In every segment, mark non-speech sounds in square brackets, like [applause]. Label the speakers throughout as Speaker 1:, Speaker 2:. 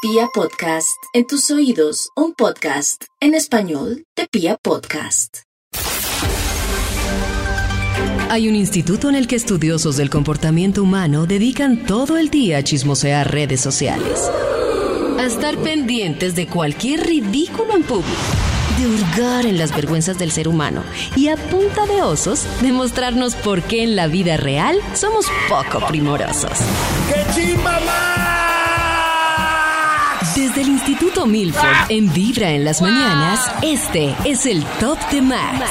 Speaker 1: Pia Podcast, en tus oídos, un podcast en español de Pia Podcast.
Speaker 2: Hay un instituto en el que estudiosos del comportamiento humano dedican todo el día a chismosear redes sociales, a estar pendientes de cualquier ridículo en público, de hurgar en las vergüenzas del ser humano y a punta de osos demostrarnos por qué en la vida real somos poco primorosos.
Speaker 3: ¡Qué chimba
Speaker 2: Desde el Instituto Milford en Vibra en las mañanas, este es el Top de Max.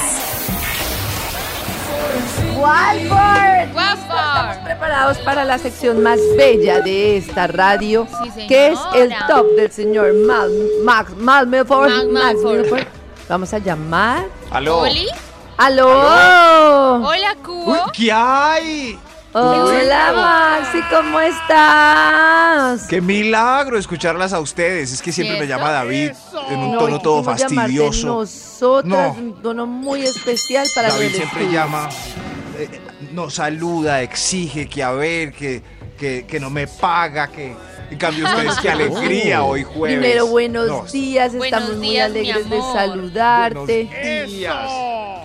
Speaker 4: Walford. Estamos preparados para la sección más bella de esta radio, que es el
Speaker 5: señora.
Speaker 4: top del señor Mal, Max, Mal Milford.
Speaker 5: Mac
Speaker 4: Max
Speaker 5: Milford.
Speaker 4: Milford. Vamos a llamar.
Speaker 3: ¡Aló!
Speaker 5: Oli,
Speaker 4: ¡Aló!
Speaker 5: hola
Speaker 3: Uy,
Speaker 5: Cubo.
Speaker 3: ¿Qué hay?
Speaker 4: Oh, Hola, Maxi, ¿cómo estás?
Speaker 3: ¡Qué milagro escucharlas a ustedes! Es que siempre
Speaker 5: ¿Y
Speaker 3: me
Speaker 5: eso?
Speaker 3: llama David en un
Speaker 4: No,
Speaker 3: tono todo
Speaker 4: quisimos llamarte
Speaker 3: fastidioso.
Speaker 4: Nosotras,
Speaker 3: No.
Speaker 4: un tono muy especial para
Speaker 3: David
Speaker 4: el
Speaker 3: siempre
Speaker 4: estudio.
Speaker 3: llama, eh, nos saluda, exige que a ver, que, que, que no me paga, que... En cambio ustedes,
Speaker 4: [laughs]
Speaker 3: qué alegría hoy jueves.
Speaker 4: Primero, buenos
Speaker 3: No,
Speaker 4: días.
Speaker 5: Buenos
Speaker 4: Estamos muy
Speaker 5: días, mi
Speaker 4: alegres de
Speaker 5: amor.
Speaker 3: Buenos
Speaker 4: saludarte.
Speaker 3: días.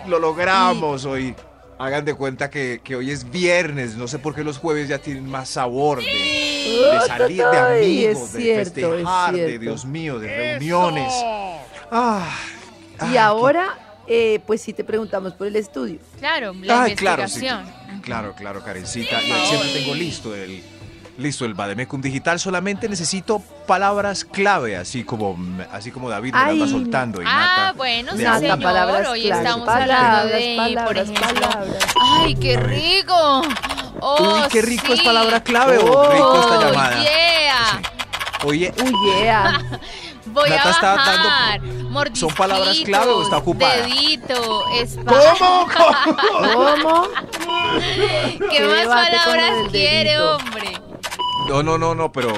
Speaker 3: Lo logramos hoy. Hagan de cuenta que, que hoy es viernes. No sé por qué los jueves ya tienen más sabor de, de salir de
Speaker 4: Ay, Ah, es
Speaker 3: amigos, de
Speaker 4: cierto, es
Speaker 3: festejar, de
Speaker 4: cierto.
Speaker 3: Dios mío, de reuniones. Ah, ay,
Speaker 4: Y ahora, eh, pues sí te preguntamos por el estudio.
Speaker 5: Claro,
Speaker 3: qué-
Speaker 5: la
Speaker 3: ay, Ah, claro, sí,
Speaker 5: investigación.
Speaker 3: claro, claro, Karencita. Yo siempre tengo listo el listo el Bademecum digital. Solamente necesito palabras clave, así como así como David me las va
Speaker 4: Ay.
Speaker 3: soltando. y
Speaker 5: Ah,
Speaker 3: Nata.
Speaker 5: bueno, sí,
Speaker 3: de
Speaker 4: Nata,
Speaker 5: señor.
Speaker 3: Aguilar.
Speaker 4: palabras
Speaker 5: Hoy
Speaker 4: claras,
Speaker 5: estamos hablando
Speaker 4: palabras,
Speaker 5: de, por
Speaker 4: palabras,
Speaker 5: ejemplo,
Speaker 4: palabras.
Speaker 5: ¡ay, qué rico! Oh,
Speaker 3: Uy, qué rico es
Speaker 5: sí.
Speaker 3: palabra clave. o
Speaker 4: Oh,
Speaker 3: rico esta
Speaker 5: Oh,
Speaker 3: llamada.
Speaker 5: yeah.
Speaker 3: Oye,
Speaker 4: Uy, yeah.
Speaker 5: [laughs] Voy
Speaker 3: Nata
Speaker 5: a
Speaker 3: está dando-
Speaker 5: bajar.
Speaker 3: ¿Son palabras clave o está
Speaker 5: mordisquitos,
Speaker 3: ocupada?
Speaker 5: Dedito, espacio.
Speaker 3: ¿cómo? ¿Cómo?
Speaker 4: ¿Cómo?
Speaker 5: [laughs] ¿Qué
Speaker 4: Qué
Speaker 5: más
Speaker 4: debate con el
Speaker 5: palabras
Speaker 4: dedito.
Speaker 5: quiere, hombre?
Speaker 3: No, no, no, no, pero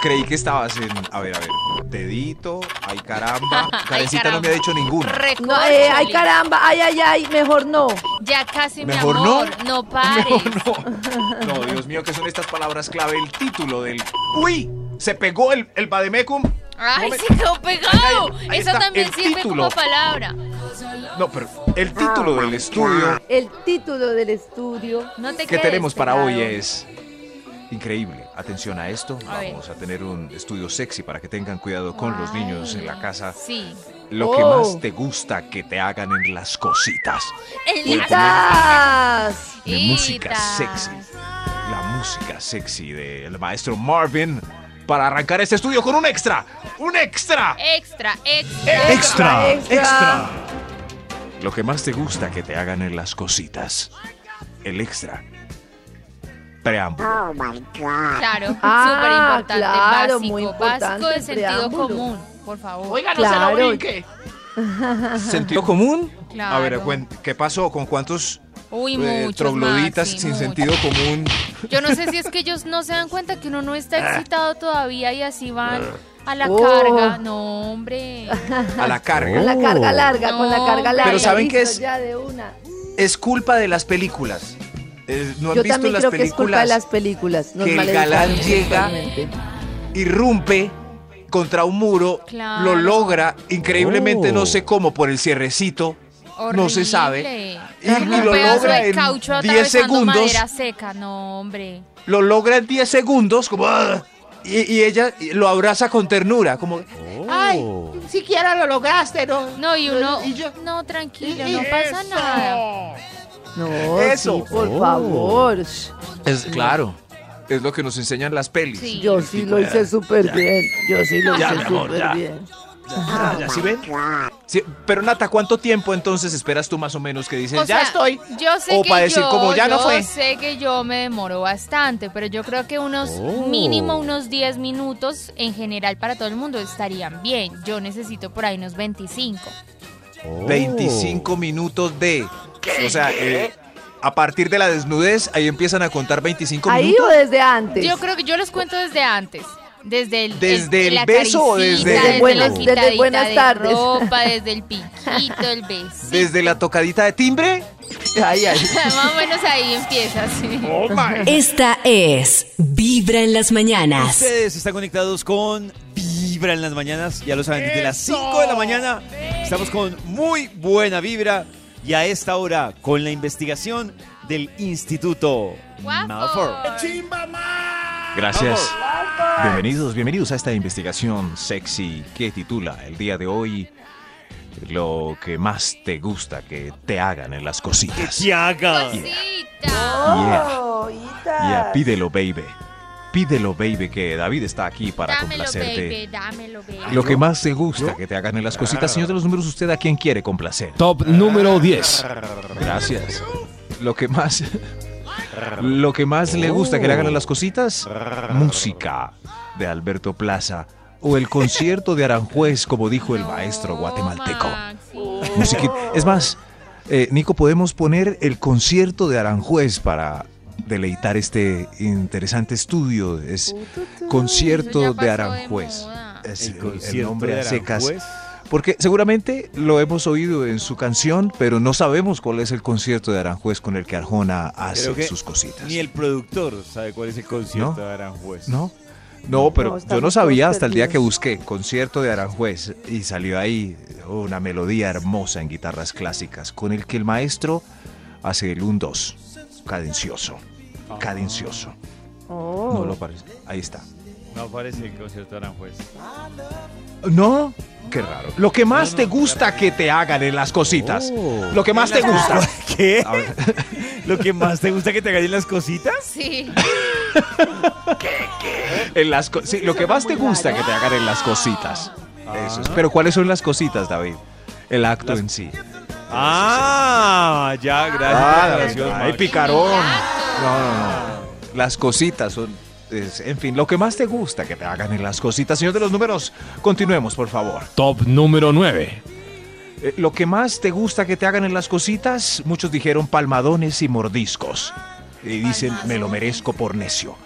Speaker 3: creí que estabas en. A ver, a ver. Dedito, ay caramba.
Speaker 5: [laughs] Ay,
Speaker 3: Karencita no me
Speaker 5: caramba.
Speaker 3: ha dicho ninguna.
Speaker 4: No, eh, ay,
Speaker 5: Recorcholi.
Speaker 4: caramba, ay, ay, ay, mejor no.
Speaker 5: Ya casi,
Speaker 3: Mejor [laughs]
Speaker 5: mi
Speaker 3: no.
Speaker 5: amor. No, pares.
Speaker 3: No, [laughs] no. No, Dios mío, ¿qué son estas palabras clave? El título del. ¡Uy! Se pegó el, el Bademecum.
Speaker 5: Ay,
Speaker 3: No me-
Speaker 5: se quedó pegado.
Speaker 3: Ahí- ahí
Speaker 5: Eso
Speaker 3: está,
Speaker 5: también
Speaker 3: el
Speaker 5: sirve
Speaker 3: título.
Speaker 5: como palabra.
Speaker 3: No, pero el título del estudio
Speaker 4: El título del estudio.
Speaker 5: No te
Speaker 3: que
Speaker 5: quedes
Speaker 3: tenemos para
Speaker 5: pegado.
Speaker 3: hoy eh, es. Increíble. Atención a esto.
Speaker 5: A ver.
Speaker 3: Vamos a tener un estudio sexy para que tengan cuidado con los niños en la casa.
Speaker 5: Sí.
Speaker 3: Lo que
Speaker 4: Oh.
Speaker 3: más te gusta que te hagan en las cositas.
Speaker 5: El
Speaker 3: Voy a
Speaker 5: la-
Speaker 4: ¡Estás!
Speaker 3: de
Speaker 5: Itas.
Speaker 3: música sexy. La música sexy del maestro Marvin para arrancar este estudio con un extra. ¡Un extra!
Speaker 5: Extra,
Speaker 3: Eh.
Speaker 5: extra.
Speaker 4: Extra, extra.
Speaker 3: Lo que más te gusta que te hagan en las cositas. El extra. Preámbulo.
Speaker 5: Claro,
Speaker 4: Ah,
Speaker 5: súper importante.
Speaker 4: claro,
Speaker 5: básico,
Speaker 4: muy importante
Speaker 5: básico de
Speaker 4: el
Speaker 5: sentido
Speaker 4: preámbulo.
Speaker 5: común, por favor.
Speaker 4: Claro. Ah,
Speaker 3: ¿Sentido común?
Speaker 5: Claro.
Speaker 3: A ver, cuen- ¿qué pasó? ¿Con cuántos
Speaker 5: Uy,
Speaker 3: eh,
Speaker 5: muchos,
Speaker 3: trogloditas
Speaker 5: Maxi,
Speaker 3: sin
Speaker 5: muchos.
Speaker 3: sentido común?
Speaker 5: Yo no sé si es que ellos no se dan cuenta que uno no está
Speaker 3: Ah.
Speaker 5: excitado todavía y así van a la
Speaker 4: Oh.
Speaker 5: carga. No, hombre.
Speaker 3: A la carga.
Speaker 4: Con la carga larga, con la
Speaker 5: No,
Speaker 4: carga
Speaker 5: pero
Speaker 4: larga.
Speaker 3: Oh. ¿saben
Speaker 4: listo,
Speaker 3: qué es?
Speaker 4: Ya de una.
Speaker 3: Es culpa de las películas. Eh, ¿No han
Speaker 4: Yo
Speaker 3: visto
Speaker 4: también
Speaker 3: las
Speaker 4: creo que es
Speaker 3: películas?
Speaker 4: culpa de las películas. Nos
Speaker 3: que el
Speaker 4: maleducaron [laughs]
Speaker 3: galán llega.
Speaker 4: sexualmente.
Speaker 3: irrumpe contra un muro,
Speaker 5: Claro.
Speaker 3: lo logra increíblemente, no sé cómo, por el cierrecito, no se
Speaker 5: Horrible.
Speaker 3: sabe. Y,
Speaker 5: Un
Speaker 3: y lo
Speaker 5: pedazo
Speaker 3: logra
Speaker 5: de
Speaker 3: en
Speaker 5: caucho
Speaker 3: 10
Speaker 5: atravesando
Speaker 3: segundos,
Speaker 5: madera seca, no, hombre.
Speaker 3: lo logra en 10 segundos, como... "Ah", Y, y ella lo abraza con ternura, como...
Speaker 6: Ay, siquiera lo lograste, ¿no?
Speaker 5: No, y uno.
Speaker 6: Y yo-
Speaker 5: No, tranquilo,
Speaker 6: Y-
Speaker 5: no
Speaker 6: y
Speaker 5: pasa
Speaker 6: eso.
Speaker 5: nada.
Speaker 4: No,
Speaker 3: Eso. Oh.
Speaker 4: sí, por favor. Sh,
Speaker 3: Es, claro, es lo que nos enseñan las pelis.
Speaker 5: Sí.
Speaker 4: Yo sí lo hice súper bien. Yo sí lo
Speaker 3: pues, Ya, mi
Speaker 4: hice
Speaker 3: amor, ya.
Speaker 4: súper bien.
Speaker 3: Ah, ¿ya sí ven? Sí, pero Nata, ¿cuánto tiempo entonces esperas tú más o menos que dices,
Speaker 5: O
Speaker 3: ya
Speaker 5: sea,
Speaker 3: estoy?
Speaker 5: Yo sé
Speaker 3: o
Speaker 5: que
Speaker 3: para decir,
Speaker 5: yo,
Speaker 3: como ya no
Speaker 5: yo
Speaker 3: fue.
Speaker 5: sé que yo me demoro bastante, pero yo creo que unos
Speaker 3: Oh.
Speaker 5: mínimo unos 10 minutos en general para todo el mundo estarían bien. Yo necesito por ahí unos 25.
Speaker 3: Oh. 25 minutos de. O sea, eh, a partir de la desnudez, ahí empiezan a contar 25
Speaker 4: Ahí o
Speaker 3: minutos.
Speaker 4: desde antes.
Speaker 5: Yo creo que yo los cuento desde antes. Desde el,
Speaker 3: ¿Desde el
Speaker 5: la
Speaker 3: beso o
Speaker 5: caricita,
Speaker 3: desde-
Speaker 4: Desde
Speaker 5: desde,
Speaker 4: buenas-
Speaker 5: la
Speaker 4: desde
Speaker 5: quitadita
Speaker 4: buenas
Speaker 5: de
Speaker 4: tardes. [laughs]
Speaker 5: ropa, desde el piquito, el besito.
Speaker 3: Desde la tocadita de timbre. Ay, ay.
Speaker 5: [laughs] Más o menos ahí empieza, sí.
Speaker 2: Esta es Vibra en las mañanas.
Speaker 7: Ustedes están conectados con vibra en las mañanas, ya lo saben, desde las 5 de la mañana estamos con muy buena vibra y a esta hora con la investigación del Instituto Malfoy.
Speaker 3: Gracias. Bienvenidos, bienvenidos a esta investigación sexy que titula el día de hoy lo que más te gusta que te hagan en las cositas.
Speaker 7: ¡Que haga!
Speaker 5: Pues Cosita.
Speaker 4: Oh,
Speaker 3: Ya,
Speaker 4: Ita.
Speaker 3: pídelo, baby. Pídelo, baby, que David está aquí para
Speaker 5: Dámelo,
Speaker 3: complacerte.
Speaker 5: baby, dámelo, baby.
Speaker 3: Lo que más te gusta que te hagan en las cositas, señor de los números, usted a quién quiere complacer.
Speaker 8: Top número 10.
Speaker 3: Gracias. Lo que más. Lo que más le gusta que le hagan en las cositas, música de Alberto Plaza o el concierto de Aranjuez, como dijo el
Speaker 5: No,
Speaker 3: maestro guatemalteco.
Speaker 5: Maxi.
Speaker 3: Musiquita. Es más, eh, Nico, podemos poner el concierto de Aranjuez para deleitar este interesante estudio. Es
Speaker 5: Uh, Eso ya
Speaker 3: concierto
Speaker 5: pasó de
Speaker 3: de Aranjuez.
Speaker 5: moda.
Speaker 3: Es
Speaker 7: El
Speaker 3: el, el
Speaker 7: concierto
Speaker 3: nombre
Speaker 7: de
Speaker 3: a secas.
Speaker 7: Aranjuez.
Speaker 3: Porque seguramente lo hemos oído en su canción, pero no sabemos cuál es el concierto de Aranjuez con el que Arjona hace
Speaker 7: Creo que
Speaker 3: sus cositas.
Speaker 7: Ni el productor sabe cuál es el concierto de Aranjuez.
Speaker 3: ¿No? No, pero
Speaker 4: No,
Speaker 3: yo
Speaker 4: estamos
Speaker 3: no
Speaker 4: todos
Speaker 3: sabía hasta el día
Speaker 4: perdidos.
Speaker 3: que busqué concierto de Aranjuez y salió ahí una melodía hermosa en guitarras clásicas con el que el maestro hace el 1-2, cadencioso, cadencioso.
Speaker 4: Oh.
Speaker 3: No lo parece. Ahí está.
Speaker 7: No aparece el concierto de Aranjuez.
Speaker 3: ¿No? Qué raro. Lo que más te gusta que te hagan en las cositas. Lo que más te gusta.
Speaker 7: ¿Qué?
Speaker 3: A ver.
Speaker 7: ¿Lo que más te gusta que te hagan en las cositas?
Speaker 5: Sí.
Speaker 3: [laughs] En las co- sí, lo que más te gusta que te hagan en las cositas. Eso es. Pero ¿cuáles son las cositas, David? El acto en sí.
Speaker 7: Ah, ya, gracias. por la aclaración,
Speaker 3: ay,
Speaker 7: Max.
Speaker 3: picarón.
Speaker 5: Exacto.
Speaker 3: No, no, no. Las cositas son. es- en fin, lo que más te gusta que te hagan en las cositas. Señor de los números, continuemos, por favor.
Speaker 8: Top número 9.
Speaker 3: Eh, lo que más te gusta que te hagan en las cositas, muchos dijeron palmadones y mordiscos. Y dicen, me lo merezco por necio.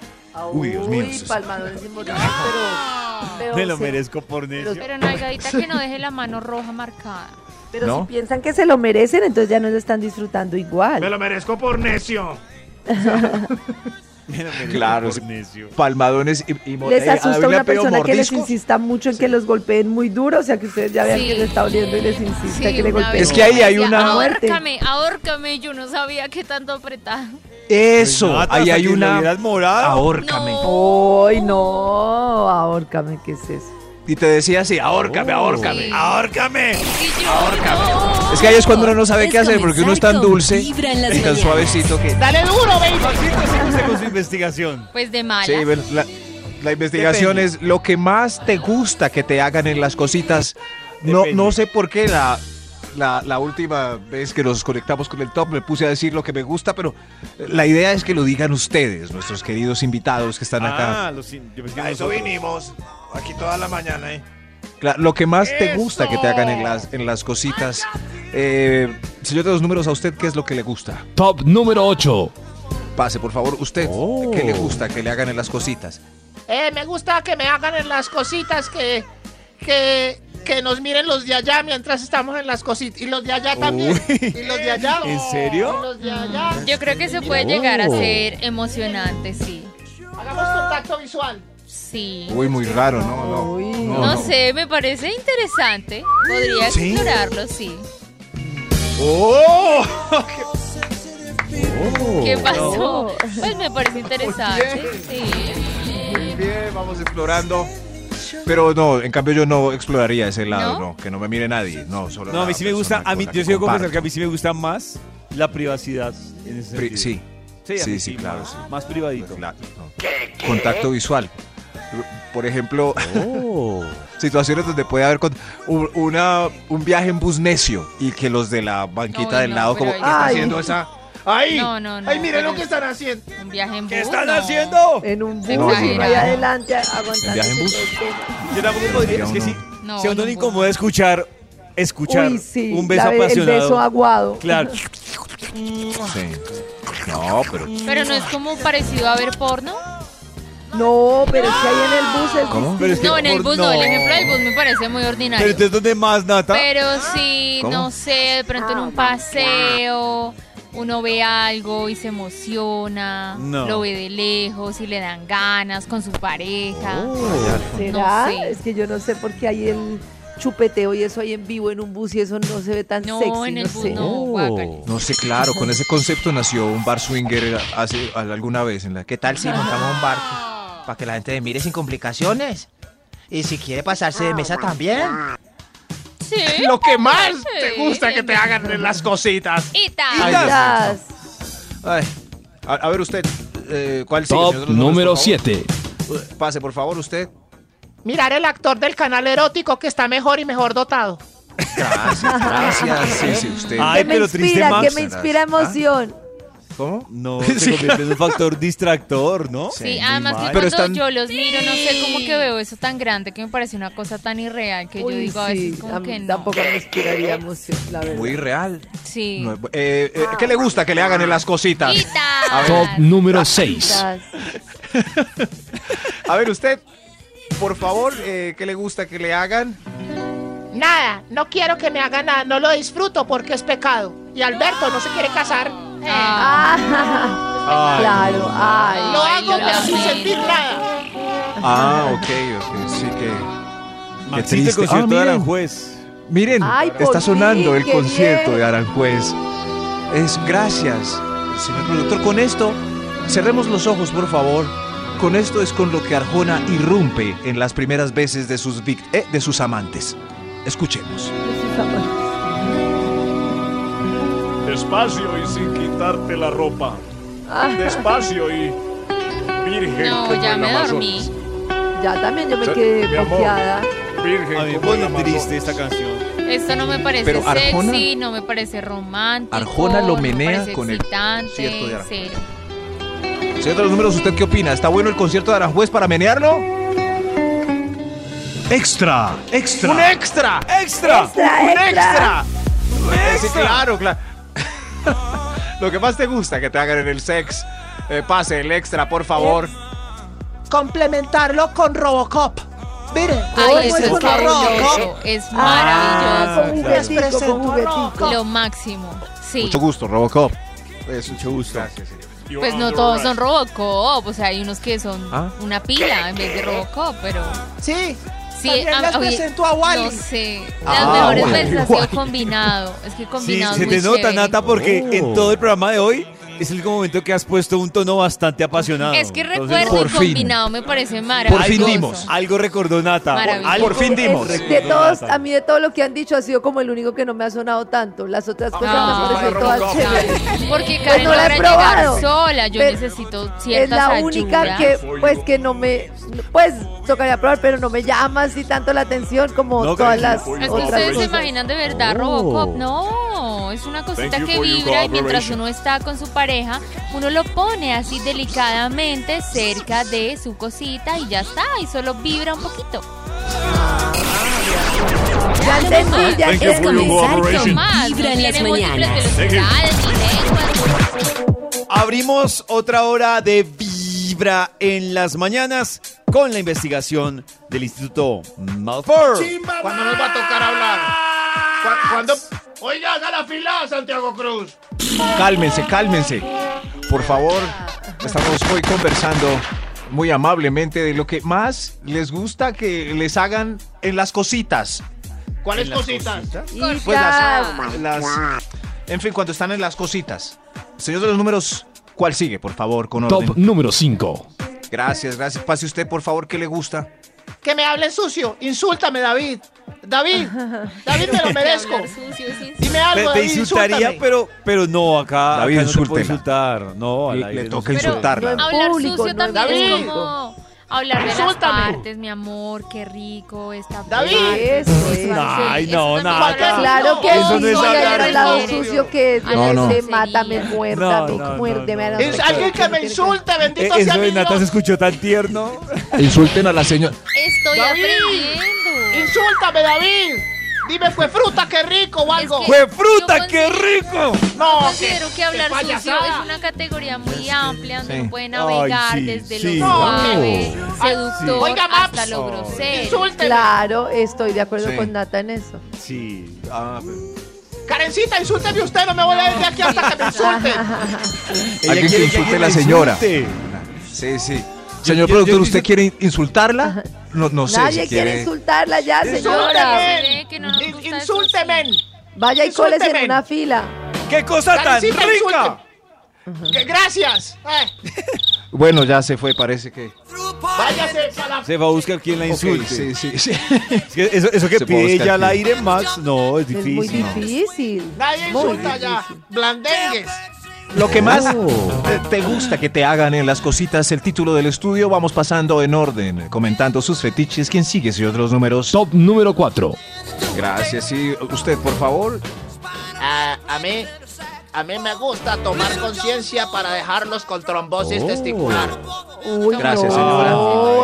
Speaker 3: Uy, Dios mío,
Speaker 4: Ah, Uy,
Speaker 3: eso es-
Speaker 4: palmadones y mordiscos, pero, pero
Speaker 7: Me lo
Speaker 4: se-
Speaker 7: merezco por necio.
Speaker 5: Pero no hay gadita que no deje la mano roja marcada.
Speaker 4: Pero
Speaker 3: ¿No?
Speaker 4: si piensan que se lo merecen, entonces ya no lo están disfrutando igual.
Speaker 7: Me lo merezco
Speaker 3: Claro,
Speaker 7: por
Speaker 3: sí.
Speaker 7: necio.
Speaker 3: Palmadones y, y mor- eh,
Speaker 4: les
Speaker 3: a David
Speaker 4: asusta
Speaker 3: le
Speaker 4: una
Speaker 3: pegó
Speaker 4: persona que les
Speaker 3: mordisco.
Speaker 4: insista mucho en que los golpeen muy duro, o sea que ustedes ya vean
Speaker 5: Sí.
Speaker 4: que les está oliendo y les insista
Speaker 5: Sí,
Speaker 4: que le
Speaker 5: una
Speaker 4: golpeen.
Speaker 5: vez
Speaker 3: Es que ahí hay
Speaker 5: decía,
Speaker 3: una-
Speaker 5: Ahórcame, ahórcame. Yo no sabía que tanto apretaba.
Speaker 3: Eso,
Speaker 7: Renata,
Speaker 3: ahí
Speaker 7: Pues, hasta
Speaker 3: hay
Speaker 7: que lo
Speaker 3: una.
Speaker 7: vieras morado.
Speaker 3: Ahórcame.
Speaker 4: ¡Ay, no! Ahórcame, ¿qué es eso?
Speaker 3: Y te decía así, ahórcame, ahórcame.
Speaker 5: Sí.
Speaker 7: ¡Ahórcame!
Speaker 5: Y yo, no.
Speaker 3: Es que ahí es cuando uno no sabe qué hacer porque uno es tan
Speaker 2: Comenzar con
Speaker 3: dulce
Speaker 2: vibra en las
Speaker 3: y tan
Speaker 2: mañanas.
Speaker 3: suavecito que.
Speaker 6: Dale duro, baby.
Speaker 7: con su investigación.
Speaker 5: Pues de mala.
Speaker 3: Sí, pero la, la investigación
Speaker 7: Depende.
Speaker 3: es lo que más te gusta que te hagan en las cositas. No,
Speaker 7: Depende.
Speaker 3: no sé por qué la, la, la última vez que nos conectamos con el top me puse a decir lo que me gusta, pero la idea es que lo digan ustedes, nuestros queridos invitados que están acá.
Speaker 7: Ah, los, in- yo pensé que nosotros.
Speaker 6: vinimos. Aquí toda la mañana, ¿eh?
Speaker 3: Cla- lo que más te gusta que te hagan en las, en las cositas. Eh, señor de los números, ¿a usted qué es lo que le gusta?
Speaker 8: Top número 8.
Speaker 3: Pase, por favor, usted,
Speaker 8: Oh.
Speaker 3: ¿qué le gusta que le hagan en las cositas?
Speaker 6: Eh, me gusta que me hagan en las cositas que, que, que nos miren los de allá mientras estamos en las cositas. Y los de allá también. Y los de allá.
Speaker 7: ¿En serio?
Speaker 6: Y los de allá.
Speaker 5: Yo creo que se puede
Speaker 8: Oh.
Speaker 5: llegar a ser emocionante, sí.
Speaker 6: Hagamos contacto visual.
Speaker 5: Sí.
Speaker 3: Uy, muy raro, ¿no? No,
Speaker 4: Uy.
Speaker 3: Oh, no,
Speaker 5: No
Speaker 3: no.
Speaker 5: sé, me parece interesante. Podría explorarlo, sí.
Speaker 3: ¡Oh!
Speaker 5: ¿Qué pasó? Pues me parece interesante, sí.
Speaker 3: Muy bien, vamos explorando. Pero no, en cambio yo no exploraría ese lado,
Speaker 5: ¿No?
Speaker 3: ¿No? que no me mire nadie. No, solo
Speaker 7: No, a mí
Speaker 3: la
Speaker 7: sí me gusta.
Speaker 3: persona
Speaker 7: A mí,
Speaker 3: con la
Speaker 7: yo sí debo confesar
Speaker 3: comparto.
Speaker 7: que a mí sí me gusta más la privacidad. En ese
Speaker 3: Pri-
Speaker 7: sentido.
Speaker 3: sí,
Speaker 7: Sí, a
Speaker 3: Sí,
Speaker 7: mí
Speaker 3: sí, claro,
Speaker 7: Más,
Speaker 3: sí.
Speaker 7: más privadito.
Speaker 3: la- no. contacto visual. Por ejemplo, [laughs]
Speaker 7: Oh.
Speaker 3: situaciones donde puede haber con un, una- un viaje en bus necio y que los de la banquita
Speaker 5: Ay,
Speaker 3: del
Speaker 5: no,
Speaker 3: lado como,
Speaker 5: pero
Speaker 3: ¿qué
Speaker 5: ahí ya
Speaker 3: está
Speaker 4: está.
Speaker 3: haciendo esa?
Speaker 6: ¡Ahí!
Speaker 5: No, no, no.
Speaker 6: ¡Ay, miren lo
Speaker 5: pero
Speaker 6: que están haciendo!
Speaker 5: es Un viaje en
Speaker 7: ¿Qué
Speaker 5: bus,
Speaker 7: están
Speaker 5: no.
Speaker 7: haciendo?
Speaker 4: En un bus,
Speaker 5: Se
Speaker 4: ahí
Speaker 5: exagera.
Speaker 4: adelante, aguantando.
Speaker 3: viaje en bus?
Speaker 7: Yo tampoco podría. Es
Speaker 3: Yo
Speaker 7: que
Speaker 3: no.
Speaker 7: sí.
Speaker 5: No,
Speaker 7: Si
Speaker 5: no
Speaker 7: a uno le
Speaker 5: puedo.
Speaker 7: incomoda escuchar, escuchar
Speaker 4: Uy, sí,
Speaker 7: un beso
Speaker 4: la ve-
Speaker 7: apasionado.
Speaker 4: El beso aguado.
Speaker 7: Claro.
Speaker 3: Sí. No, pero
Speaker 5: Pero no es como parecido a ver porno.
Speaker 4: [laughs] No, pero es que ahí en el bus es
Speaker 3: ¿Cómo?
Speaker 7: Pero es que
Speaker 5: No, en el
Speaker 7: por-
Speaker 5: bus no. El
Speaker 7: no.
Speaker 5: ejemplo del bus me parece muy
Speaker 7: Pero
Speaker 5: ordinario.
Speaker 7: entonces, ¿dónde más, Nata?
Speaker 5: Pero sí,
Speaker 3: ¿Cómo?
Speaker 5: no sé, de pronto en un paseo, uno ve algo y se emociona,
Speaker 7: No.
Speaker 5: lo ve de lejos y le dan ganas con su pareja.
Speaker 7: Oh.
Speaker 4: ¿Será?
Speaker 5: No sé.
Speaker 4: Es que yo no sé por qué hay el chupeteo y eso ahí en vivo en un bus y eso no se ve tan
Speaker 5: No,
Speaker 4: sexy.
Speaker 5: en el
Speaker 4: no
Speaker 5: bus
Speaker 4: sé.
Speaker 5: no, guácala.
Speaker 7: Oh.
Speaker 3: No sé, claro, con ese concepto nació un bar swinger hace alguna vez en la ¿Qué tal si montamos un barco? Para que la gente mire sin complicaciones. Y si quiere pasarse de mesa también.
Speaker 5: Sí.
Speaker 6: Lo que más te
Speaker 5: Sí.
Speaker 6: gusta que te hagan en las cositas.
Speaker 5: Y tal.
Speaker 7: Ay,
Speaker 4: Quizás.
Speaker 3: Ay, a, a ver usted, eh, ¿cuál sigue, señor
Speaker 8: Top
Speaker 3: de los números,
Speaker 8: número
Speaker 3: por favor?
Speaker 8: 7.
Speaker 3: Eh, Pase, por favor, usted.
Speaker 6: Mirar el actor del canal erótico que está mejor y mejor dotado.
Speaker 3: Gracias, gracias. Sí, sí, usted.
Speaker 7: Ay,
Speaker 4: Que me
Speaker 7: pero triste
Speaker 4: inspira, que
Speaker 7: Max.
Speaker 4: me inspira emoción.
Speaker 6: Ah,
Speaker 3: ¿Cómo?
Speaker 7: No, [laughs]
Speaker 3: Sí,
Speaker 7: se convierte en un factor distractor, ¿no?
Speaker 5: Sí,
Speaker 3: Sí,
Speaker 5: además que
Speaker 7: muy mal.
Speaker 5: cuando
Speaker 3: Pero están-
Speaker 5: yo los miro, no sé cómo que veo eso tan grande que me parece una cosa tan irreal que
Speaker 4: Uy,
Speaker 5: yo digo a
Speaker 4: sí,
Speaker 5: veces como
Speaker 4: a mí
Speaker 5: que no.
Speaker 4: Tampoco me inspiraría emoción, la verdad.
Speaker 3: Muy real.
Speaker 5: Sí.
Speaker 3: No, eh, eh, ¿Qué le gusta que le hagan en las cositas?
Speaker 5: Y tal.
Speaker 8: Top número 6.
Speaker 4: Quizás.
Speaker 5: [laughs]
Speaker 3: A ver, usted, por favor, eh, ¿qué le gusta que le hagan?
Speaker 6: Nada, no quiero que me hagan nada, no lo disfruto porque es pecado. Y Alberto no se quiere casar.
Speaker 5: Ah,
Speaker 4: Ah,
Speaker 7: Ay,
Speaker 4: claro, ay.
Speaker 6: Lo
Speaker 5: Ay,
Speaker 6: hago
Speaker 5: lo
Speaker 6: sin
Speaker 5: lamento.
Speaker 6: sentir nada.
Speaker 3: Ah, ok, ok, sí que.
Speaker 7: Maxito,
Speaker 3: triste. Ah,
Speaker 7: concierto de
Speaker 3: miren.
Speaker 7: Aranjuez.
Speaker 3: Miren,
Speaker 4: Ay, por
Speaker 3: está sonando
Speaker 4: fin,
Speaker 3: el
Speaker 4: qué
Speaker 3: concierto
Speaker 4: bien.
Speaker 3: de Aranjuez. Es gracias, señor productor. Con esto, cerremos los ojos, por favor. Con esto es con lo que Arjona irrumpe en las primeras veces de sus, vic- eh, de sus amantes. Escuchemos.
Speaker 9: Despacio y sin quitarte la ropa. Despacio y virgen
Speaker 5: no,
Speaker 9: como
Speaker 5: ya
Speaker 9: el
Speaker 5: me
Speaker 9: Amazonas.
Speaker 5: dormí.
Speaker 4: Ya también yo me
Speaker 9: Sí, mi
Speaker 4: quedé
Speaker 9: amor.
Speaker 4: bloqueada.
Speaker 9: Virgen
Speaker 7: A mí
Speaker 9: como
Speaker 7: me
Speaker 9: el
Speaker 7: pone
Speaker 9: Amazonas.
Speaker 7: triste esta canción.
Speaker 5: Esto no me parece
Speaker 3: Pero Arjona-
Speaker 5: sexy, no me parece romántico.
Speaker 3: Arjona lo
Speaker 5: no me
Speaker 3: menea
Speaker 5: parece
Speaker 3: con el
Speaker 5: excitante,
Speaker 3: concierto de Arjona.
Speaker 5: cero.
Speaker 3: Señor de los números, ¿usted qué opina? ¿Está bueno el concierto de Aranjuez para menearlo? Extra, extra.
Speaker 6: Un extra.
Speaker 7: ¡Extra!
Speaker 6: Un extra.
Speaker 3: Sí, claro, claro. [laughs] Lo que más te gusta que te hagan en el sex. Eh, pase el extra, por favor.
Speaker 6: Complementarlo con Robocop. Mire, ¿cómo
Speaker 5: Ay, eso
Speaker 6: es Ah,
Speaker 5: es
Speaker 6: un Robocop?
Speaker 5: maravilloso. Es maravilloso.
Speaker 4: con juguetico, con juguetico.
Speaker 5: Lo máximo. Sí.
Speaker 3: Mucho gusto, Robocop. Es mucho gusto.
Speaker 9: You're
Speaker 5: Pues no
Speaker 9: under
Speaker 5: todos
Speaker 9: arrest.
Speaker 5: son Robocop, o sea, hay unos que son
Speaker 3: ¿Ah?
Speaker 5: una pila en vez de Robocop, pero
Speaker 6: Sí.
Speaker 5: sí,
Speaker 6: También
Speaker 5: ah,
Speaker 6: las
Speaker 5: oye,
Speaker 6: presento a Wally.
Speaker 5: No sé, las
Speaker 7: Ah,
Speaker 5: mejores
Speaker 7: Wally,
Speaker 5: veces ha sido
Speaker 7: Wally.
Speaker 5: combinado, es que
Speaker 7: Sí,
Speaker 5: combinado
Speaker 7: se
Speaker 5: es muy
Speaker 7: te nota,
Speaker 5: chévere.
Speaker 7: Nata, porque en todo el programa de hoy es el único momento que has puesto un tono bastante apasionado.
Speaker 5: Es que
Speaker 7: Entonces,
Speaker 5: recuerdo
Speaker 3: por
Speaker 5: el
Speaker 3: fin.
Speaker 5: combinado me parece maravilloso.
Speaker 3: fin dimos.
Speaker 7: Algo recordó Nata.
Speaker 5: Maravilloso.
Speaker 7: Algo
Speaker 5: Por
Speaker 3: fin dimos.
Speaker 7: recordó
Speaker 4: De todos,
Speaker 7: Nata.
Speaker 4: a mí de todo lo que han dicho ha sido como el único que no me ha sonado tanto. Las otras cosas
Speaker 6: Ah,
Speaker 5: No,
Speaker 4: me parecen todas chéveres.
Speaker 5: Porque Karen
Speaker 4: Pues no la he
Speaker 5: logra llegar
Speaker 4: probado.
Speaker 5: sola, yo
Speaker 4: Pero
Speaker 5: necesito
Speaker 4: Es
Speaker 5: ciertas
Speaker 4: la única
Speaker 5: ayudas.
Speaker 4: que, pues, que no me, pues, tocaría probar, pero no me llama así tanto la atención como
Speaker 7: No,
Speaker 4: todas
Speaker 7: Karen,
Speaker 4: las
Speaker 9: voy
Speaker 5: Es que
Speaker 9: Otra
Speaker 5: ustedes
Speaker 4: otras
Speaker 5: se
Speaker 9: cosa.
Speaker 5: imaginan de verdad Robocop. No, es una cosita
Speaker 9: Oh. Thank you
Speaker 5: que
Speaker 9: for your
Speaker 5: vibra y mientras
Speaker 9: cooperation.
Speaker 5: uno está con su pareja, uno lo pone así delicadamente cerca de su cosita y ya está, y solo vibra un poquito.
Speaker 4: Ya entendí, ya
Speaker 9: Thank you
Speaker 4: entendí.
Speaker 2: Es
Speaker 9: for your
Speaker 2: comenzar
Speaker 9: cooperation.
Speaker 2: con
Speaker 5: Más, no
Speaker 2: Vibra en las
Speaker 5: tiene múltiples
Speaker 2: mañanas.
Speaker 5: velocidades, ni lenguas,
Speaker 7: Abrimos otra hora de Vibra en las mañanas con la investigación del Instituto Malfour.
Speaker 6: ¿Cuándo nos va a tocar hablar? ¿Cu- ¿Cuándo? Oiga, haga la fila, Santiago Cruz.
Speaker 3: Cálmense, cálmense.
Speaker 7: Ah.
Speaker 3: Por favor, estamos hoy conversando muy amablemente de lo que más les gusta que les hagan en las cositas.
Speaker 6: ¿Cuáles cositas?
Speaker 4: Y
Speaker 3: Pues
Speaker 4: ya.
Speaker 3: las, las- En fin, cuando están en las cositas. Señor de los números, ¿cuál sigue, por favor, con orden?
Speaker 8: Top número 5.
Speaker 3: Gracias, gracias. Pase usted, por favor, ¿qué le gusta?
Speaker 6: Que me hablen sucio. Insúltame, David.
Speaker 5: [laughs]
Speaker 6: David. David, me lo merezco.
Speaker 5: hablar sucio, sí, sí.
Speaker 6: Dime
Speaker 7: Te,
Speaker 6: algo,
Speaker 7: te
Speaker 6: David,
Speaker 7: insultaría,
Speaker 6: insúltame.
Speaker 7: pero, pero no, acá,
Speaker 3: David,
Speaker 7: acá no te puedo
Speaker 3: insúltela.
Speaker 7: insultar. No, al
Speaker 3: Le-
Speaker 7: aire
Speaker 3: le
Speaker 7: no
Speaker 3: toca
Speaker 7: se puede.
Speaker 3: insultarla.
Speaker 4: No, en
Speaker 5: Hablar
Speaker 4: público,
Speaker 5: sucio
Speaker 4: no en
Speaker 5: también es
Speaker 6: público.
Speaker 5: como hablar de las
Speaker 6: Insúltame.
Speaker 5: partes, mi amor, qué rico esta
Speaker 6: David.
Speaker 5: parte,
Speaker 4: Eso
Speaker 5: sexual,
Speaker 4: es.
Speaker 5: sí,
Speaker 7: Ay,
Speaker 5: eso
Speaker 7: no,
Speaker 5: también
Speaker 7: nada.
Speaker 5: es hablar
Speaker 4: Claro que
Speaker 7: Eso
Speaker 4: sí,
Speaker 7: Ah, no es
Speaker 4: voy a
Speaker 7: hablar
Speaker 4: ir
Speaker 7: de
Speaker 4: al lado
Speaker 5: serio.
Speaker 4: sucio que es.
Speaker 5: No,
Speaker 4: No,
Speaker 5: no.
Speaker 4: mátame, muértame,
Speaker 7: No, no,
Speaker 4: muérdeme.
Speaker 7: no,
Speaker 4: a
Speaker 7: no.
Speaker 6: Es alguien que me insulte,
Speaker 7: Eh,
Speaker 6: bendito sea
Speaker 7: Eso
Speaker 6: mi
Speaker 7: de Nata se
Speaker 6: Dios.
Speaker 7: escuchó tan tierno.
Speaker 8: Insulten a la señora.
Speaker 5: Estoy
Speaker 6: David.
Speaker 5: aprendiendo.
Speaker 6: Insúltame, David. Dime, fue fruta, qué rico o algo. Pues,
Speaker 5: Es que-
Speaker 7: ¡Fue fruta,
Speaker 5: Yo
Speaker 7: qué
Speaker 5: considero-
Speaker 7: rico!
Speaker 6: No,
Speaker 5: Yo considero
Speaker 6: qué-
Speaker 5: que hablar
Speaker 6: qué
Speaker 5: sucio
Speaker 6: payasada.
Speaker 5: es una categoría muy amplia donde
Speaker 3: Sí.
Speaker 5: uno puede navegar
Speaker 7: Ay, sí,
Speaker 5: desde
Speaker 7: sí.
Speaker 5: lo
Speaker 6: No,
Speaker 5: suave,
Speaker 6: Ay,
Speaker 5: seductor,
Speaker 6: sí. Oiga, Maps.
Speaker 5: hasta lo grosero.
Speaker 6: Insúlteme.
Speaker 4: Claro, estoy de
Speaker 3: [laughs]
Speaker 4: acuerdo
Speaker 3: Sí.
Speaker 4: con Nata en eso.
Speaker 7: Sí.
Speaker 3: Ah,
Speaker 6: Karen Karencita, insúlteme usted, no me voy a ir de aquí hasta que me insulte.
Speaker 7: Ella
Speaker 3: Alguien que
Speaker 7: quiere
Speaker 3: insulte a
Speaker 7: alguien
Speaker 3: la señora.
Speaker 7: insulte.
Speaker 3: Sí, sí. Señor
Speaker 7: yo- yo
Speaker 3: productor,
Speaker 7: estoy
Speaker 3: ¿usted
Speaker 7: diciendo-
Speaker 3: quiere in- insultarla? No, no sé
Speaker 4: Nadie
Speaker 3: si
Speaker 4: quiere
Speaker 3: quiere.
Speaker 4: insultarla ya, señora.
Speaker 5: [laughs] Señora, mire que no nos
Speaker 6: In-
Speaker 5: gusta eso,
Speaker 6: Insúlteme.
Speaker 4: Vaya y coles en
Speaker 6: Insúlteme.
Speaker 4: una fila.
Speaker 7: ¡Qué cosa tan
Speaker 6: Karencita,
Speaker 7: rica!
Speaker 6: insúlteme. Que- Gracias. Eh,
Speaker 3: Bueno, ya se fue, parece que.
Speaker 6: váyase para la...
Speaker 7: Se va a buscar quien la
Speaker 3: Ok,
Speaker 7: insulte.
Speaker 3: sí, sí, sí.
Speaker 7: Es que eso, eso que
Speaker 3: Se va a
Speaker 7: pide
Speaker 3: buscar
Speaker 7: ella al
Speaker 3: quien-
Speaker 7: aire, Max, no, es
Speaker 4: Es
Speaker 7: difícil.
Speaker 4: muy difícil.
Speaker 6: Nadie
Speaker 4: Muy
Speaker 6: insulta ya. Blandengues.
Speaker 3: Lo que más
Speaker 7: Oh.
Speaker 3: te- te gusta que te hagan en las cositas, el título del estudio, vamos pasando en orden, comentando sus fetiches, quién sigue, si otros números.
Speaker 8: Top número 4.
Speaker 3: Gracias, sí. Usted, por favor.
Speaker 6: A, a mí, a mí me gusta tomar conciencia para dejarlos con trombosis testicular.
Speaker 7: Oh.
Speaker 4: Uy,
Speaker 3: Gracias,
Speaker 4: no,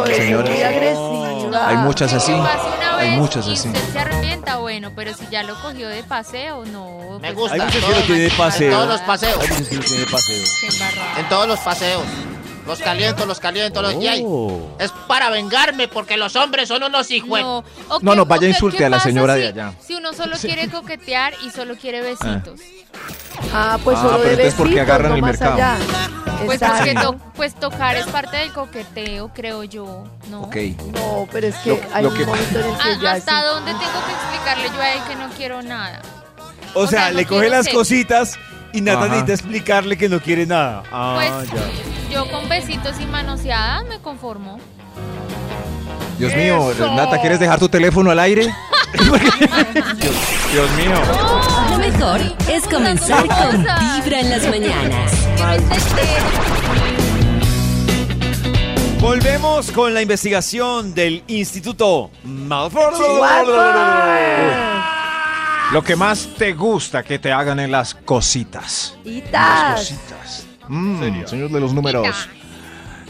Speaker 3: señora.
Speaker 4: es
Speaker 3: Señora.
Speaker 4: muy agresiva.
Speaker 3: Hay muchas así.
Speaker 5: Que pase Ah, una
Speaker 3: Hay
Speaker 5: vez
Speaker 3: muchas
Speaker 5: y
Speaker 3: así.
Speaker 5: usted se arrepienta, bueno, pero si ya lo cogió de paseo, no.
Speaker 6: Me
Speaker 5: pues,
Speaker 6: gusta.
Speaker 7: Hay muchas que
Speaker 6: Todo-
Speaker 7: no tiene paseo.
Speaker 6: Todos los paseos.
Speaker 7: Hay muchas que no tiene paseo.
Speaker 5: qué embarrada.
Speaker 6: En todos los paseos. Los caliento, los caliento, los... y ahí,
Speaker 7: Oh.
Speaker 8: Oh.
Speaker 6: Es para vengarme porque los hombres son unos hijos.
Speaker 5: No, o
Speaker 3: No,
Speaker 5: qué-
Speaker 3: no, vaya,
Speaker 5: o qué-
Speaker 3: insulte
Speaker 5: qué
Speaker 3: a la
Speaker 5: pasa
Speaker 3: señora
Speaker 5: si-
Speaker 3: de allá.
Speaker 5: Si uno solo quiere coquetear y solo quiere besitos.
Speaker 4: Ah, pues
Speaker 3: Ah,
Speaker 4: solo
Speaker 3: pero
Speaker 4: de
Speaker 3: entonces, ¿por qué
Speaker 4: besitos,
Speaker 3: agarran
Speaker 4: no
Speaker 3: el
Speaker 4: más
Speaker 3: mercado?
Speaker 4: allá.
Speaker 5: Pues,
Speaker 4: Exacto.
Speaker 5: porque to- pues tocar es parte del coqueteo, creo yo, ¿no?
Speaker 3: Ok.
Speaker 4: No, pero es que
Speaker 3: Lo-
Speaker 4: hay
Speaker 3: lo
Speaker 4: un
Speaker 3: que-
Speaker 4: momento en el
Speaker 5: Ah,
Speaker 4: que ya
Speaker 5: ¿Hasta
Speaker 4: sí.
Speaker 5: dónde tengo que explicarle yo a él que no quiero nada?
Speaker 7: O,
Speaker 5: O
Speaker 7: sea,
Speaker 5: sea, no
Speaker 7: le coge
Speaker 5: quiero
Speaker 7: las
Speaker 5: sexo.
Speaker 7: cositas y Nata
Speaker 3: Ajá.
Speaker 7: necesita explicarle que no quiere nada.
Speaker 5: Pues
Speaker 7: Ah, ya.
Speaker 5: yo con besitos y manoseadas me conformo.
Speaker 3: Dios mío, Nata, ¿quieres dejar tu teléfono al aire? Dios mío.
Speaker 2: Lo mejor es comenzar con Vibra en las mañanas.
Speaker 7: Volvemos con la investigación del Instituto Malford.
Speaker 3: Lo que más te gusta que te hagan en las cositas.
Speaker 4: Itas.
Speaker 3: Cositas. Mm, señor de los números.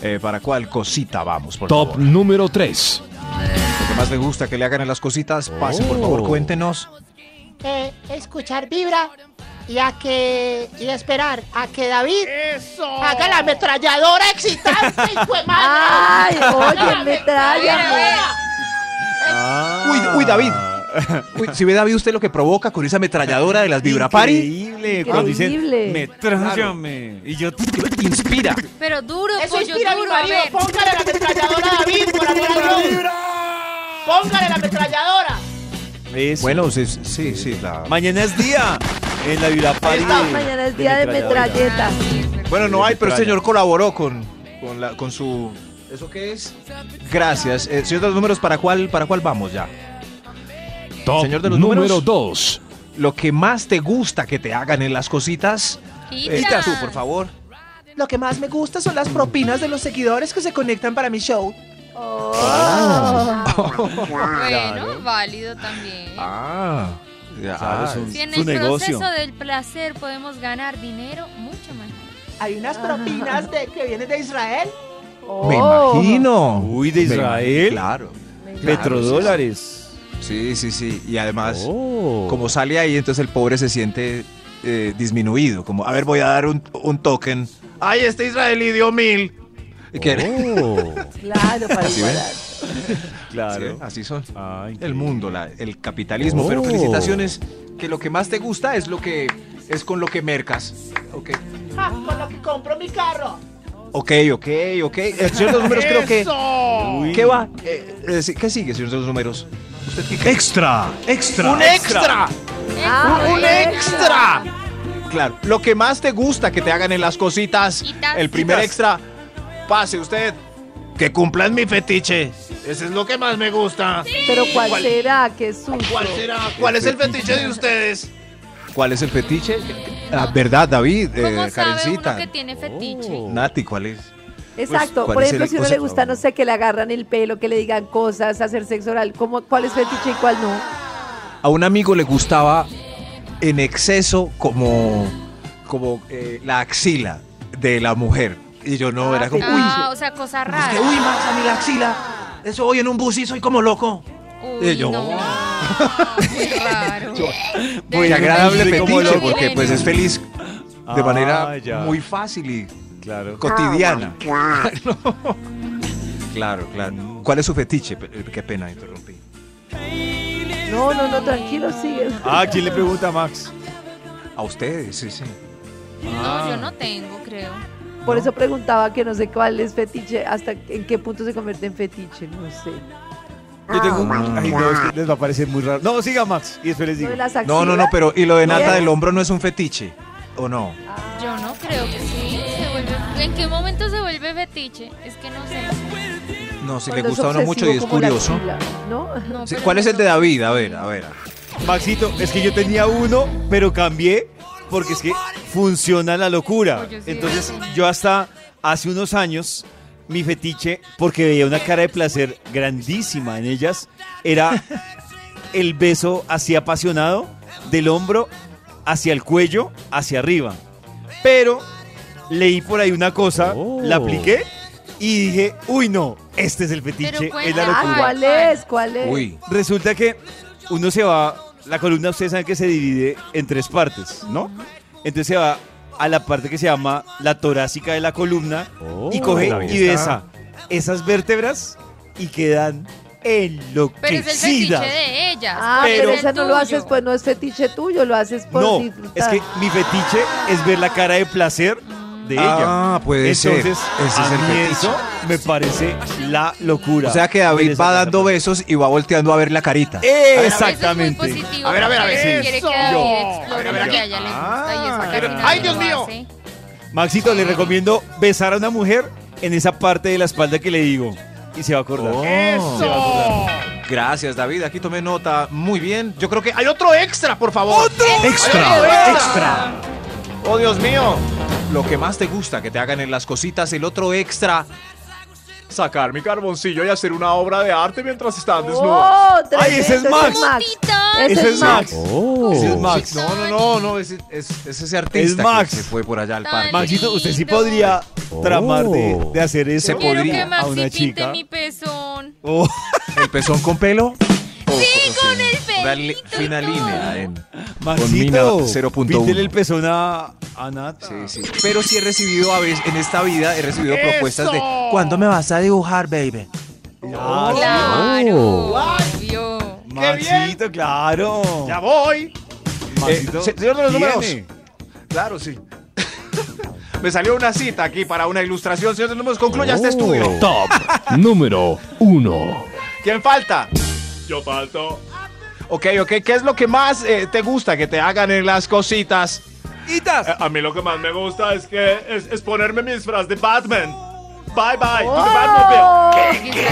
Speaker 3: Eh, ¿Para cuál cosita vamos, por
Speaker 8: Top
Speaker 3: favor?
Speaker 8: número 3.
Speaker 3: Lo que más te gusta que le hagan en las cositas, pase, por favor, cuéntenos.
Speaker 6: Eh, escuchar vibra y a que y esperar a que David haga la ametralladora [laughs] excitante hijo de
Speaker 4: Ay,
Speaker 6: madre.
Speaker 4: [laughs] oye, me
Speaker 5: Mira, ve.
Speaker 4: trae.
Speaker 3: Uy, uy,
Speaker 7: [laughs]
Speaker 3: David. Uy, si ve David usted lo que provoca con esa ametralladora de las Vibrapari,
Speaker 7: Increíble. Cuando dicen,
Speaker 4: Increíble.
Speaker 7: me trállame. Y yo,
Speaker 3: inspira.
Speaker 5: Pero duro,
Speaker 6: Eso
Speaker 5: pollo
Speaker 6: inspira a mi
Speaker 5: duro, a
Speaker 6: marido.
Speaker 5: ver.
Speaker 6: Póngale la ametralladora a David por amor a Dios. Póngale la ametralladora.
Speaker 7: Eso.
Speaker 3: Bueno, sí, sí, sí, la-
Speaker 7: mañana es día en la Vibra Party.
Speaker 4: Mañana es día de metralleta.
Speaker 3: Bueno, no hay, pero el
Speaker 7: Extraño.
Speaker 3: señor colaboró con, con, la- con su... ¿Eso qué es? Gracias. Eh, señor de los números, ¿para cuál, para cuál vamos ya?
Speaker 8: Top
Speaker 3: Señor de los
Speaker 8: número
Speaker 3: números.
Speaker 8: 2.
Speaker 3: Lo que más te gusta que te hagan en las cositas. Eh,
Speaker 5: Quita.
Speaker 3: tú, por favor.
Speaker 6: Lo que más me gusta son las propinas de los seguidores que se conectan para mi show.
Speaker 5: Bueno, válido también.
Speaker 3: Ah.
Speaker 7: Claro, es un-
Speaker 5: Si en
Speaker 7: su
Speaker 5: el
Speaker 7: negocio.
Speaker 5: proceso del placer podemos ganar dinero, mucho más.
Speaker 6: Hay unas propinas de, que vienen de Israel.
Speaker 4: Oh.
Speaker 3: Me imagino.
Speaker 7: Uy, de
Speaker 3: Me
Speaker 7: Israel.
Speaker 3: imagino, Claro.
Speaker 7: Petrodólares.
Speaker 3: Sí, sí, sí. Y además,
Speaker 7: Oh.
Speaker 3: como sale ahí, entonces el pobre se siente eh, disminuido. Como, a ver, voy a dar un, un token. ¡Ay, este israelí dio mil! Que-
Speaker 7: Oh,
Speaker 4: Claro, para
Speaker 3: ¿Sí ven?
Speaker 4: igualar.
Speaker 7: claro.
Speaker 3: Sí, así son.
Speaker 7: Ah, increíble.
Speaker 3: El mundo, la- el capitalismo.
Speaker 7: Oh.
Speaker 3: Pero felicitaciones, que lo que más te gusta es lo que es con lo que mercas. Ok,
Speaker 6: Ah, con lo que compro mi carro.
Speaker 3: ok, ok. okay. El señor de los números creo que...
Speaker 7: Uy.
Speaker 3: ¿Qué va? Eh, eh, sí, ¿Qué sigue, señor de los números? ¿Usted qué cree?
Speaker 8: Extra, extra.
Speaker 6: ¡Un extra!
Speaker 4: Ah,
Speaker 6: ¡Un extra!
Speaker 3: Claro, lo que más te gusta que te hagan en las cositas.
Speaker 5: Quitas.
Speaker 3: El primer
Speaker 7: Quitas.
Speaker 3: extra. Pase usted. Que cumplan mi fetiche.
Speaker 6: Ese es lo que más me gusta.
Speaker 4: Pero ¿cuál será? Qué susto.
Speaker 6: ¿Cuál será? ¿Cuál es el fetiche de ustedes?
Speaker 3: ¿Cuál es el fetiche? Ah, ¿Verdad, David?
Speaker 5: ¿Cómo
Speaker 3: Eh,
Speaker 5: sabe uno
Speaker 3: Karencita. Oh.
Speaker 5: que tiene fetiche?
Speaker 3: Nati, ¿cuál es? Pues,
Speaker 4: Exacto.
Speaker 3: ¿cuál
Speaker 4: Por
Speaker 3: es
Speaker 4: ejemplo,
Speaker 3: el-
Speaker 4: si no
Speaker 3: o
Speaker 4: le
Speaker 3: sea,
Speaker 4: gusta, no sé, que le agarran el pelo, que le digan cosas, hacer sexo oral, ¿cómo, ¿cuál es fetiche y cuál no?
Speaker 3: A un amigo le gustaba en exceso como, como eh, la axila de la mujer. Y yo no, era como, uy,
Speaker 5: Ah, o sea, cosa rara.
Speaker 6: uy, Max, a mí la axila. Eso hoy en un bus y soy como loco.
Speaker 5: Uy,
Speaker 3: y yo-
Speaker 5: no. Muy raro.
Speaker 3: Muy
Speaker 5: Del-
Speaker 3: agradable
Speaker 7: sí, como
Speaker 3: fetiche,
Speaker 7: loco.
Speaker 3: porque pues es feliz de
Speaker 7: Ah,
Speaker 3: manera
Speaker 7: ya.
Speaker 3: muy fácil y
Speaker 7: Claro.
Speaker 3: cotidiana.
Speaker 5: Ah,
Speaker 3: [laughs] claro, claro. ¿Cuál es su fetiche? Pe- eh, Qué pena interrumpí.
Speaker 4: No, no, no, tranquilo, sigue.
Speaker 7: Ah, ¿quién le pregunta a Max?
Speaker 3: A ustedes, sí, sí.
Speaker 5: No, yo no tengo, creo.
Speaker 4: Por eso preguntaba que no sé cuál es fetiche, hasta en qué punto se convierte en fetiche, no sé.
Speaker 7: Yo tengo un. Ay, no, es que les va a parecer muy raro. No, siga Max y después les
Speaker 4: Lo
Speaker 7: digo.
Speaker 4: de las
Speaker 3: No, no, no,
Speaker 4: axilas,
Speaker 3: pero ¿y lo de nata
Speaker 4: Bien.
Speaker 3: del hombro no es un fetiche? ¿O no?
Speaker 5: Yo no creo que sí. se vuelve- ¿En qué momento se vuelve fetiche? Es que no sé.
Speaker 3: No, si le
Speaker 4: cuando es
Speaker 3: gusta a uno mucho y es
Speaker 4: obsesivo como la
Speaker 3: curioso.
Speaker 4: axila, ¿No?
Speaker 5: No,
Speaker 3: Sí,
Speaker 5: pero
Speaker 3: ¿Cuál es
Speaker 5: yo
Speaker 3: el de
Speaker 5: no-
Speaker 3: David? A ver, a ver.
Speaker 7: Maxito, es que yo tenía uno, pero cambié porque es que funciona la locura.
Speaker 5: Oye, sí,
Speaker 7: Entonces,
Speaker 5: eso.
Speaker 7: yo hasta hace unos años, mi fetiche, porque veía una cara de placer grandísima en ellas, era el beso así apasionado del hombro hacia el cuello, hacia arriba. Pero leí por ahí una cosa,
Speaker 8: Oh.
Speaker 7: la apliqué y dije, uy no, este es el fetiche, es
Speaker 5: cuenta,
Speaker 7: la
Speaker 4: Ah,
Speaker 7: locura.
Speaker 4: ¿cuál es? ¿Cuál es?
Speaker 3: Uy.
Speaker 7: Resulta que uno se va, la columna ustedes saben que se divide en tres partes, ¿no? Entonces se va a la parte que se llama la torácica de la columna
Speaker 3: Oh,
Speaker 7: y coge
Speaker 8: David
Speaker 7: y besa esas vértebras y quedan
Speaker 5: Pero es el fetiche
Speaker 7: enloquecidas.
Speaker 5: de ellas.
Speaker 4: Ah,
Speaker 5: ¿cuál es
Speaker 4: pero
Speaker 5: el
Speaker 4: esa no lo haces,
Speaker 5: tuyo?
Speaker 4: pues no es fetiche tuyo, lo haces por
Speaker 7: No,
Speaker 4: disfrutar.
Speaker 7: es que mi fetiche es ver la cara de placer de ella.
Speaker 3: Ah, puede ser.
Speaker 7: Entonces,
Speaker 3: Ese es
Speaker 7: a
Speaker 3: el
Speaker 7: mí
Speaker 3: fetiche.
Speaker 7: eso me parece la locura.
Speaker 3: O sea que
Speaker 7: Ver
Speaker 3: David
Speaker 7: esa
Speaker 3: va
Speaker 7: cara
Speaker 3: dando
Speaker 7: de
Speaker 3: besos y va volteando a ver la carita.
Speaker 7: placer.
Speaker 5: Eso es
Speaker 7: Exactamente.
Speaker 5: muy positivo
Speaker 6: A ver, a ver, a
Speaker 5: porque
Speaker 6: ver,
Speaker 5: él
Speaker 6: sí.
Speaker 5: Quiere
Speaker 6: Eso.
Speaker 5: que David
Speaker 6: A ver, a
Speaker 5: explore lo
Speaker 6: ver,
Speaker 5: que
Speaker 6: aquí.
Speaker 5: a ella le gusta y es que al
Speaker 6: pero-
Speaker 5: final
Speaker 6: ¡Ay,
Speaker 5: no
Speaker 6: Dios
Speaker 5: lo
Speaker 6: mío!
Speaker 5: hace.
Speaker 7: Maxito, le recomiendo besar a una mujer en esa parte de la espalda que le digo. Y se va a acordar.
Speaker 3: Oh.
Speaker 6: ¡Eso!
Speaker 3: Gracias, David. Aquí tomé nota. Muy bien. Yo creo que hay
Speaker 6: Hay otro extra, por favor.
Speaker 3: extra. Extra. Oh, Dios mío. Lo que más te gusta que te hagan en las cositas, el otro extra.
Speaker 9: Sacar mi carboncillo y hacer una obra de arte mientras
Speaker 3: ah,
Speaker 9: están desnudos.
Speaker 4: ¡Oh, tremendo,
Speaker 7: Ay, ese es Max.
Speaker 5: Titán.
Speaker 4: Ese, es Max.
Speaker 7: Ese es Max.
Speaker 3: No, no, no, no. Ese, es, Oh. es ese artista que
Speaker 7: Max.
Speaker 3: se fue por allá al
Speaker 5: Tan
Speaker 3: parque.
Speaker 7: Maxito, usted sí
Speaker 5: Lindo.
Speaker 7: podría tramar de, de hacer eso
Speaker 3: Oh. Se
Speaker 5: Quiero que
Speaker 3: podría
Speaker 7: a
Speaker 5: Maxi
Speaker 7: una
Speaker 5: pinte
Speaker 7: chica.
Speaker 5: mi pezón.
Speaker 7: Oh.
Speaker 3: ¿El pezón con pelo? Oh,
Speaker 5: Sí, con el
Speaker 3: Una li-
Speaker 5: pelito y
Speaker 3: fina
Speaker 5: todo.
Speaker 3: línea. en- mina
Speaker 7: Maxito,
Speaker 3: 0.1.
Speaker 7: píntele el pezón a, a Nat.
Speaker 3: Sí, sí. Pero sí he recibido a veces, en esta vida, he recibido propuestas de ¿Cuándo me vas a dibujar, baby?
Speaker 7: Ah, sí.
Speaker 5: Claro.
Speaker 6: Oh.
Speaker 5: obvio.
Speaker 7: Maxito, claro.
Speaker 6: Ya voy.
Speaker 7: Maxito,
Speaker 3: Eh, se- señor de los números.
Speaker 7: tiene.
Speaker 3: Claro, sí. [laughs] me salió una cita aquí para una ilustración. Señor, no nos concluya
Speaker 9: Oh.
Speaker 3: este estudio.
Speaker 8: Top número uno.
Speaker 3: ¿Quién falta?
Speaker 9: Yo falto.
Speaker 3: Ok, ok. ¿Qué es lo que más eh, te gusta que te hagan en las cositas?
Speaker 9: Eh, A mí lo que más me gusta es que es, es ponerme mi disfraz de Batman. Bye bye. to the Batmobile.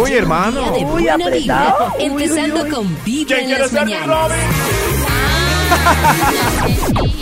Speaker 3: Uy,
Speaker 2: Día
Speaker 3: hermano.
Speaker 2: de
Speaker 4: Uy,
Speaker 2: buena
Speaker 4: apretado.
Speaker 2: vibra,
Speaker 4: Uy, uy,
Speaker 2: empezando
Speaker 4: uy.
Speaker 2: con Vibra
Speaker 9: ¿Quién
Speaker 2: en
Speaker 9: quiere
Speaker 2: las
Speaker 9: ser mi
Speaker 2: mañanas.
Speaker 9: Robin?
Speaker 5: Ah, ya entendí.